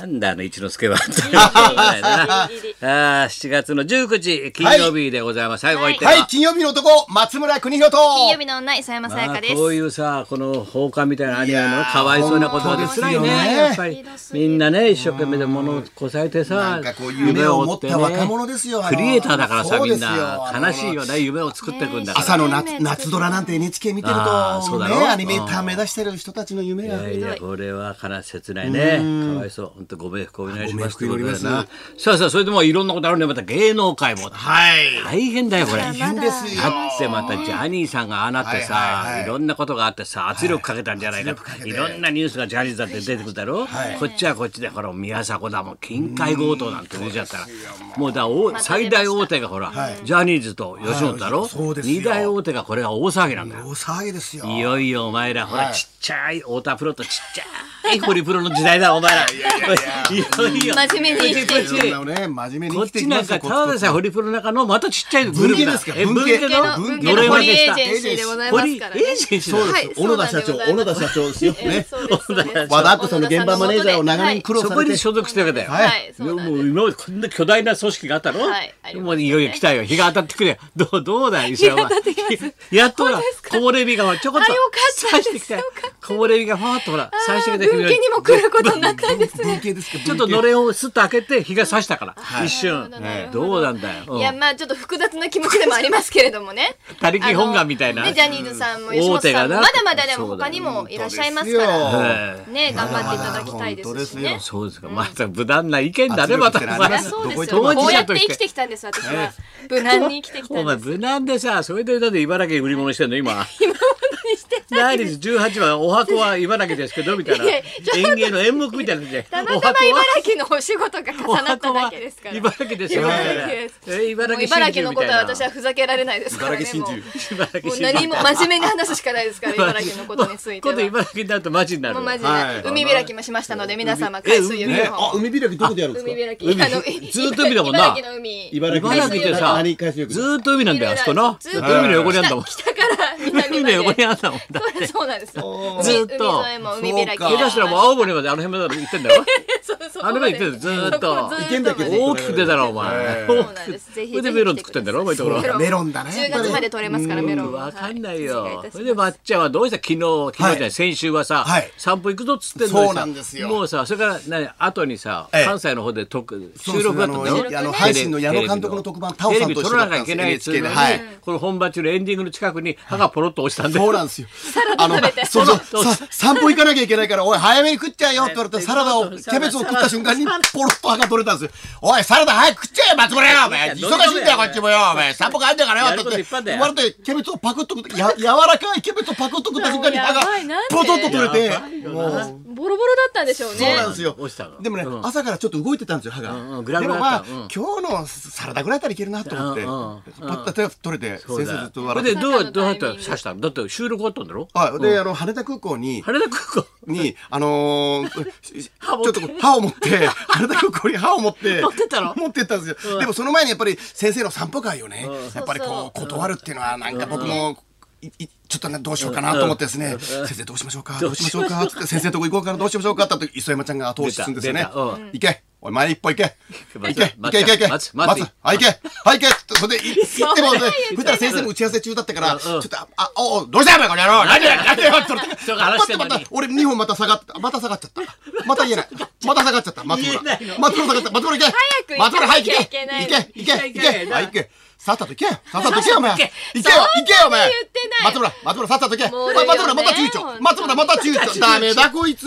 なんだあの一之輔は。 ああー、7月の19日、金曜日でございます。最後は言ってはい、金曜日の男、松村邦洋と。金曜日の女磯山さやかです。こういうさ、この放火みたいなアニメいのやーかわいそうなことは辛いね。本当ですよねやっぱりみんなね、一生懸命で物をこさえてさ。なんかこう夢を持った若者ですよ夢を追ってねクリエイターだからさ、そうみでんすよな。悲しいよね、夢を作ってくんだから。朝の夏夏ドラなんて NHK 見てるあーとそう、だろね、アニメーター目指してる人たちの夢が。いやいやこれはから切ないねかわいそう本当ご冥福をお願いしますご冥福祈りますということだなさあさあそれでもいろんなことあるねまた芸能界もはい。大変だよこれ大変ですよ。だってまたジャニーさんがああなってはいはいさはいいろんなことがあってさ圧力かけたんじゃないかといろんなニュースがジャニーズだって出てくるだろこっちはこっちでほら宮迫だもん金塊強盗なんて出ちゃったらもうだお最大大手がほらジャニーズと吉本だろはいそうですよ二大大手がこれが大騒ぎなんだよ大騒ぎですよ。いよいよお前らほらちっちゃい太田プロとちっちゃいホリプロの時代だお前ら いよいよ真面目に生きてるこっいろちんなね、真面目にこっ生きてちきなまんすよかただでさえホリプロの中のまたちっちゃいグループだ文系ですかえ文系文系の 文系のの系の堀れんエわージけェンシーでございま堀すエからージェンシーだはい小野田社長、そうなんでござい小野ま田す社長ですよ えね。そうですそうです和田アットさんの現場マネージャーを長年苦労そさこれにて、所属してるわけだよ、はいはいいやそうなんもでう今までこんな巨大な組織があったろ、はいありますねもういよいよ来たよ日が当たってくれどうどうだい石山やっとほらこぼれ日がほらちょこっとあよか差ったですしてきたよこぼれ日がファーッとほら差してきて文系にも来ることになったんですね。文系ですかちょっとのれんをスッと開けて日が差したから、一瞬なるほどどうなんだよ、うん。いやまあちょっと複雑な気持ちでもありますけれどもね他力本願みたいなあのねジャニーズさんも吉本さんも大手がなまだまだでもそうだ他にもいらっしゃいますそうかですよらええね頑張っていただきたいですしまだまだ本当ねで。そうですか、また無難な意見だね圧また力ってのありまあすそうですどこよ。行ってもこうやっ当時だとて言って生きてきたんです私は。無難に生 きてきたおん前です。無難でさそれでだって茨城売り物してんの今 今までにしてない。何日18番お箱は茨城ですけどみたいなや演芸の演目みたいなのでたまおたま箱茨は城のお仕事がお重な箱っただはけですから。茨城ですよみたいな茨城ですえ茨もう城茨真珠城のみこたいとはな私はふざけられないですからね。もう茨城もう真珠何も真面目に話すしかないですから茨城のことについて 今は。度茨城になるとマジになるもうマジはいで海開きもしましたので皆様海海水浴のあ、方海開きどこでやるんです海か。開き海あのずっと海だもんな茨城の海茨城茨城ってさ何海水浴ずーっと海なんだよあそこなずーっと海の横にあんだもん北から南海まので横にあんだもんだっそてうそうなんですよずーっと海沿いも海開きそう下手したらもう青森まであの辺まで行ってんだろそうそうあれまで行ってるずーっとそこず行けんだけまどで大きく出たろお前そうなんですぜひそれでメロン作ってんだろお前ところメロンメロンだね。 10月まで取れますからメロンはわかんないはいおよ願いいたしますそれでまっちゃんはどうした昨日昨日じゃない、はい先週はさ、はい散歩行くぞっつってんのにさそうなんですよもうさそれから何後にさ、ええ関西の方で特そう収そう録だったんだあのろいやあのテレ阪神の矢野監督の特番タオさテんとレビ一撮緒だらっなきたゃんいでけすないっつうの NHK にではい。この本場中のエンディングの近くに歯がポロッと落ちたんでそうなんですよ。あの、そうそう、さ散歩行かなきゃいけないから、おい、早めに食っちゃえよって言われて、サラダを、キャベツを食った瞬間に、ポロッと歯が取れたんですよ。おい、サラダ早く食っちゃえよ、松村よ、お前。忙しいんだよ、こっちもよ、お前。散歩帰んだからよ、って言って、言われて、キャベツをパクッと食って、や柔らかいキャベツをパクッと食った瞬間に、歯が、ポトッと取れて、もう。ボロボロだったんでしょうねそうなんですよ。落ちたのでもね、うん朝からちょっと動いてたんですよ、歯が。うんうんグラグでラもだまっあ、たうん今日のサラダぐらいだったらいけるなと思って、うんうんうんパッと手が取れて、そ先生うずだっとそれ笑っでて。どうどうやっタイてミング刺したのだって収録終わったんだろはい、で、あの、羽田空港に、羽田空港に、あのーち歯持ょっってとこう歯を持 って、羽田空港に歯を持って、持ってったの持ってったんですよ。でもその前にやっぱり先生の散歩会をね、やっぱりこう、断るっていうのは、なんか僕も、いいちょっとね、どうしようかなと思ってですね、先生どうしましょうか、どうしましょうか、つって先生のとこ行こうかな、どうしましょうかって言った時、磯山ちゃんが後押しするんですよ出ねた出たうん。行け、おい、前一歩行け、行け、待つ行け、行け、行待け、待つつ、待つはい、行け、はい、行け、って それでい行ってもね、そしたら先生も打ち合わせ中だったから、ちょっと、あ、おう、どうしたんだこの野郎、何だよ、何だよ、って言われて人が話してんのに待って待って俺二本また下がった。また下がっちゃった。また言えない。また下がっちゃった。松村。松村下がった。松村行け。く行か松村早くなきゃ行いけ。け行ないけ。行け。行行けけ。行けはい行け。さっさと行け。さっさと行けよお前。行けよ。行けよお前。言ってない松村。松村さっさと行け。もうお前松村また躊よね躇。松村また躊躇。ダメだこいつ。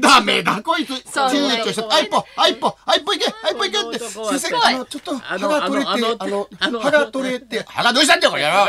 ダメだこいつ。躊そう躇して。あ一歩。あ一歩。あ一歩行け。あ一歩行けって。この男は先生あのちょっとあ歯のが取れてあのああののあの歯が取れて歯がどうしたんだよこれ野郎。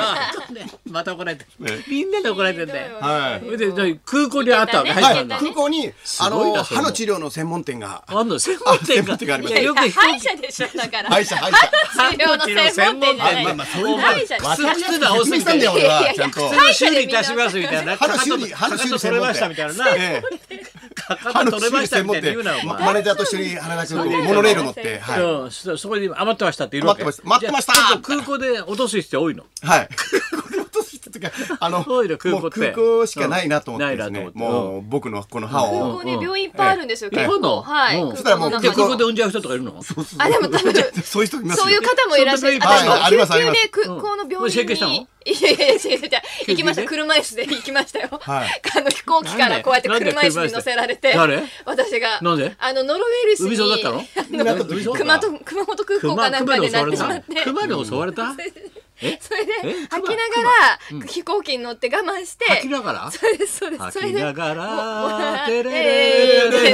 また怒られてみんなで怒られてんだよはいそ。れで何空港にあったわけ行けた入はねったい、んだ行け空港に、すあごいなの、それ歯もの治療の専門店が。あんの専門店専が門店がありいますやよく飛行歯医者でしょだから歯医者、歯医者。治療の専門店じゃないはいまあまあ歯そういうこと医者わですか靴直す説み明したたんいだよ、な俺いはいややいやちゃんと。普通に修理いたしますみたいな歯の修理かかと歯の修理取れましたみたいなええかか歯との取れ修ま理した専みた門いな言店うなお。ま前マネージャーと一緒に原田君、モノレール乗って、はうん、そそこに余ってましたって言うわけ余ってました待ってましたちょっと空港で落とす必要多いの い。はい。これ落としててか、あの、そういうの空も港うって空港しかないなと思ってでなすいなとね思っ。てもう僕のこの歯空を。港ね、病院いっぱいあるんですよ。結そうなの構、はい。うんそしたらもう空港での空港中にで産んじゃう人とかいるのあ、でも多分、 そういう人いますよ。そういう方もいらっしゃる。はいありますあり急ますで空港ものう病整形した院のに。いやいやいや、違う違う違う行きました。救急で車椅子で行きましたよ。はいあの飛行機かなんらでこうやって車椅子に乗せられて。なんで誰 私が。なんであの、ノロウイルスに。海沿いだったのなんか海沿い熊と熊本空港かなんかでなってしまって。熊に襲われたえそれでえ吐きながら飛行機に乗って我慢して。吐きながらそうです そうです。そ吐れきでながらもうテレレレレレレ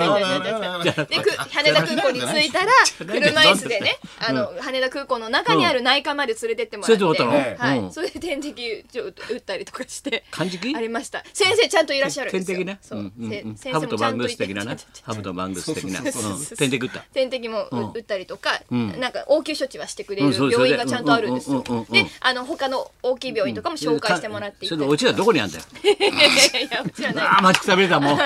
でく羽田空港に着いたら車椅子でねあの羽田空港の中にある内科まで連れてってもらって、連れてもらったのはいうんそれで点滴ちょ打ったりとかして漢字記ありました先生ちゃんといらっしゃるんで点すよ滴ねそう、うんうんせうん先ハ生ブともちゃバンんグとース的なねちょちょちょハブとバングース的なそうそうそうそううん点滴打った 点滴もううん打ったりとか、んなんか応急処置はしてくれうるんそうそ病れで院がちゃんとあるんですうよんうんうん。うんで、あの他の大きい病院とかも紹介してもらっていそて、れでオチはどこにあんだよ いやいやいやうちはないああ待ちくたびれたもうで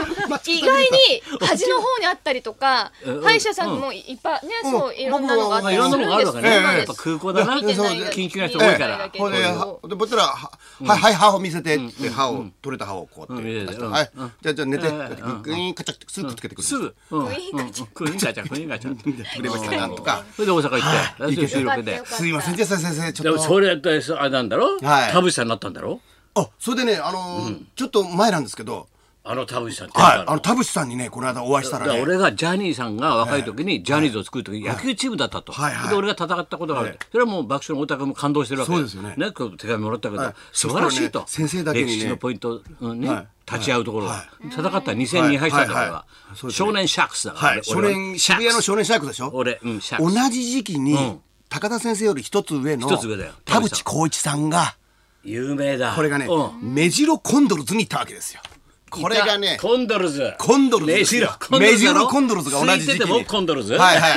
も意外に端の方にあったりとかうん歯医者さんもいっぱいねうんそういろんなのがあったいりろんすなるものがあるんですわけそねうなんやでっすぱ空港だな見てないが緊急な人多いから見てほんなでいがはで僕らはははい歯を見せてって歯を取れた歯をこうやうっんて見出せしててうんはいじゃあじゃあ寝てうんグイーンカチャってすぐくっつけてくるすぐうんうんクイーンガチャクイーンガチャくれましたなんとかそれで大阪行って収録でよかったすいませんじゃあ先生ちでょっもとそれやったらあれなんだろはい田淵さんになったんだろあそれでねあのーちょっと前なんですけどあの田淵さんってやつだはいろあの田淵さんにねこの間お会いしただらからね俺がジャニーさんが若い時にジャニーズを作る時野球チームだったと、はいはいで俺が戦ったことがある、はいそれはもう爆笑の太田君も感動してるわけそうですよねこう手紙もらったけど、はい素晴らしいと、そしたらね先生だけにね歴史のポイント、うんねはい立ち会うところが、は戦ったら2002敗したんだから、はいはいはいそうですね少年シャークスだから、はい少俺は年渋谷の少年シャークでしょ俺、うん、シャー同クスじ時期に高田先生より一つ上の一つ上だよ田淵光一さんが有名だこれがねうん目白コンドルズに行ったわけですよこれがいねたコンドルズコンドルズメでジすロよコンドルズだろメジロコンドルズが同じ時期に空いててもコンドルズはいは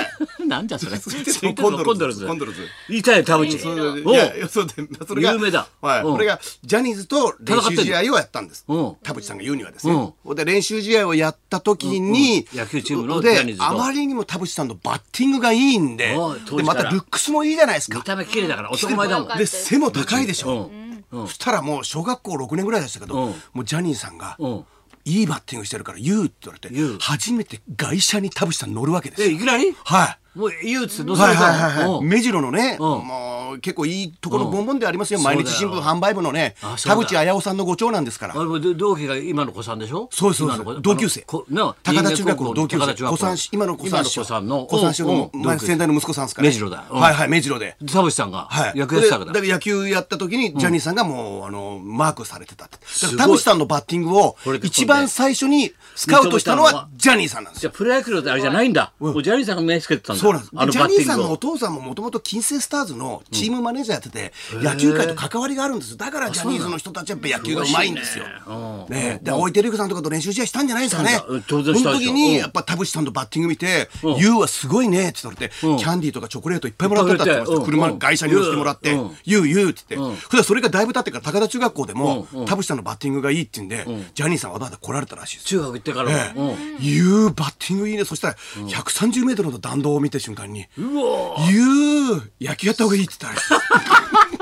いなんじゃそれ空いてて空もいててもコンドルズコンドルズいたよ田淵そおれうでいやそうでそれが有名だはい、うんこれがジャニーズと練習試合をやったんですうん田淵さんが言うにはですね、うんほんで練習試合をやった時に、うん野球チームのでジャニーズとあまりにも田淵さんのバッティングがいいんでおい当で時かまらたルックスもいいじゃないです見かた目綺麗だから男前だもんかっで背も高いでしょ、うんうんそしたらもう小学校6年ぐらいでしたけど、うんもうジャニーさんが、うんいいバッティングしてるから「言う」って言われて言う初めて外車に田淵さん乗るわけですえよいきなりはいもう憂鬱乗せらはいれはたいはいのはうい。ん目白のね、うんもう結構いいところうんボンボンでありますよ。そうだ毎よ日新聞販売部のねあ、そう田だ口綾夫さんのご長男ですからあ。れもで同期が今の子さんでしょそうですそうで今すの子同級生あのこな高田中学の同級高田中生、学子さん今の子さん今の子さんの子さん師匠のうん前同級生先代の息子さんですからね。目白だうんはいはい目白で。田淵さんがはい。役やってたわけでだから野球やった時にジャニーさんがもうあのマークされてたって。だすかごいら田口さんのバッティングをこれで一番最初にスカウトした認のめたのははジャニーさんなんですよじゃあプロ野球のあれじゃないんだもうジャニーさんが目つけてたんだそうなんです。あのジャバッニテーィさンんグのおを父さんももともと金星スターズのチームマネージャーやってて、野球界と関わりがあるんですよ。だからジャニーズの人たちはやっぱ野球がうまいんですよ。ねえ、で、大井照之さんとかと練習試合したんじゃないですかねしたんだうん。そ当の然したでしょ時うんに、やっぱ田淵さんのバッティング見て、ユウはすごいねって言われて、キャンディーとかチョコレートいっぱいもらってたって言ってましうんた。車、外車に乗せてもらってうん、ユウユウって言って。そしたらそれがだいぶ経ってから高田中学校でも、田淵さんのバッティングがいいって言うんで、ジャニーさんわざわざ来られたらしいですよ。中学行ってからええもゆうバッティングいいねそしたら130メートルの弾道を見た瞬間にうんうおーゆう野球やった方がいいって言ったらしい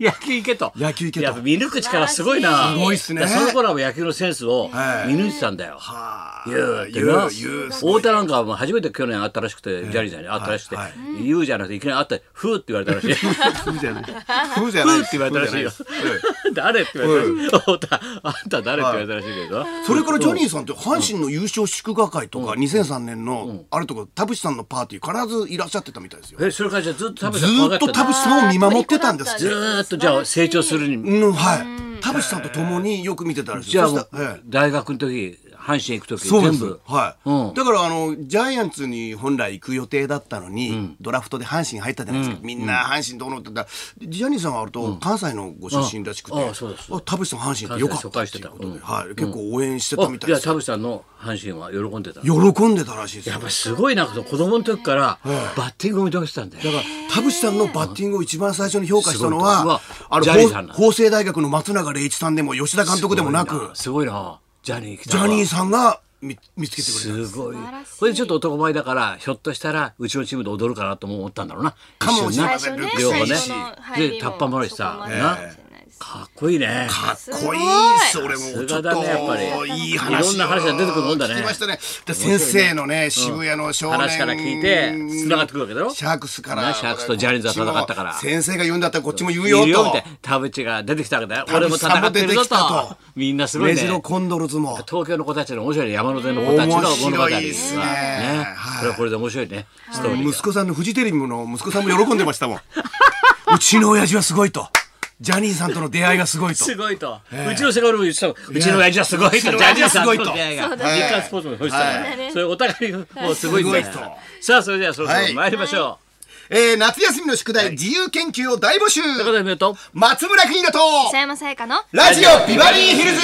野球行けと野球行けとやっぱ見抜く力すごいなすごいっすねだからその頃はもう野球のセンスを見はい抜いてたんだよあーゆう ってゆなうゆうすご太い田なんかはもう初めて去年会ったらしくてジャニーさんに会ったらしくてはいはい「ゆう」じゃなくていきなり会って「ふう」って言われたらしいふうじゃないふうじゃふなういって言われたらしいよふうじゃないです。 誰って言われたらしい。おた、あんた誰って言われたらしいけど。それからジャニーさんって阪神の優勝祝賀会とか2003年のあれとか田淵さんのパーティー必ずいらっしゃってたみたいですよえ、それからじゃあずっと田淵ずさん怖がーっってたと田んだ淵さんを見守ってたんですずってーっとじゃあ成長するにも。うんはい田淵さんと共によく見てたらしいじゃあもそうしたらええ大学の時、阪神行く時、そうで全す部。はい、うんだからあのジャイアンツに本来行く予定だったのに、ドラフトで阪神入ったじゃないですか、みんな阪神どうのって言ったらジャニーさんはあると関西のご出身らしくて、ああそうですあ田淵さん阪神ってよかったっていうこと関西で紹介しで、てはい、結構応援してたあみたいじゃあです田淵さんの阪神は喜んでた。や喜んでたらしいですよっぱすごいな、子供の時からバッティングを見通してたんだよ。だから田淵さんのバッティングを一番最初に評価したすのごいはとうわあのジャニーさんだ法法政大学の松永礼一さんでも吉田監督でもなくすごいな。ジャニー来ジたわャニーさんが見見つけてくれたんですごいこれちょっと男前だからひょっとしたらうちのチームで踊るかなとも思ったんだろうなかもしれない一緒にな最初ね両方最初の入ねりでもタッパもあるしさそこまでなかもしれないですかっこいいねかっこいいっす俺もちょさすがっだねやっぱとりいい話いろんな話が出てくるもんだね聞きましたねで先生のね渋谷の少年話から聞いて繋がってくるわけだろシャークスからなシャークスとジャニーズは戦ったからこちも先生が言うんだったらこっちも言ういよとるよみたいな田淵が出てきたわけだよ俺も戦ってるぞ田淵さんも出てときたとみんなすごいレねジのコンドルズも東京の子たちの面白いね山手の子たちの物語面白いっすねまあはいこれはこれで面白いねストーリーが息子さんのフジテレビの息子さんも喜んでましたもん うちの親父はすごいとジャニーさんとの出会いがすごいとすごいと、うちの世界も言ってたもんうちの親父はすごいとジうちャのニー親父はさんとすのごいと出会いがそう日だ刊スポーツもそうしたはいねそれお互いもうすごいんだよすごいとさあそれではそろそろ参りましょう、えー夏休みの宿題自由研究を大募集ということで見ると松村邦だと北山さやかのラジオビバリーヒルズ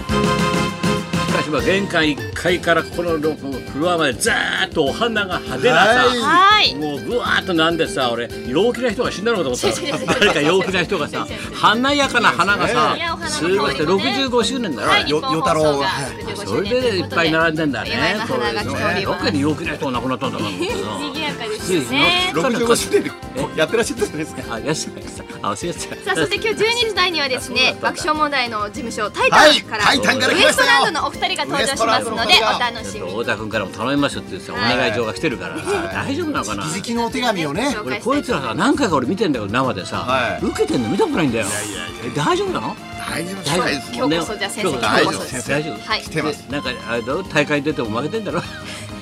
しかしまあ玄関1階からここのロフロアまでザーッとお花が派手なさ、はいはいもうぐわーっとなんでさ俺陽気な人が死んだのかと思 った違う違う違らう誰か陽気な人がさ華やかな花がさいやお花のすごいして香りもね65周年だろあはれい、よ日本よ放たろう送はがはい65それ周年とでいいうっことぱい並んでんだお祝いねのそう花が来ておりま特すに陽気な人が亡くなったんだから賑やかですよねそう65周年でやってらっしゃったじゃないですかあ、安くさん、あ、忘れちゃった。さあそして今日12時台にはですね爆笑問題の事務所タイはタいンから,、タイタンからウ来エまスしトたラよンドのお二人が登場しますのでウエストランドのおち二人がお楽しょっとみに大田君からも頼みますよって言ってさ、はいお願い状が来てるからさ、大丈夫なのか な。続きのお手紙をね紹俺介しこいてつらさ何回か俺見てんだけど生でさ、はい受けてんの見たことないんだよいやいやえ大丈夫なの大丈夫大で丈す夫今日こそじゃあ先生今日大丈夫今日こそ先大丈夫はい来てますなんかあれだろ大会に出ても負けてんだろ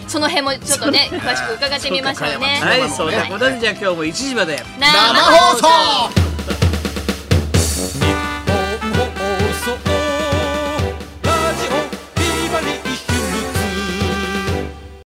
その辺もちょっとね詳しく伺ってみましょうねはいそうだことでじゃあ今日も1時まで生生放送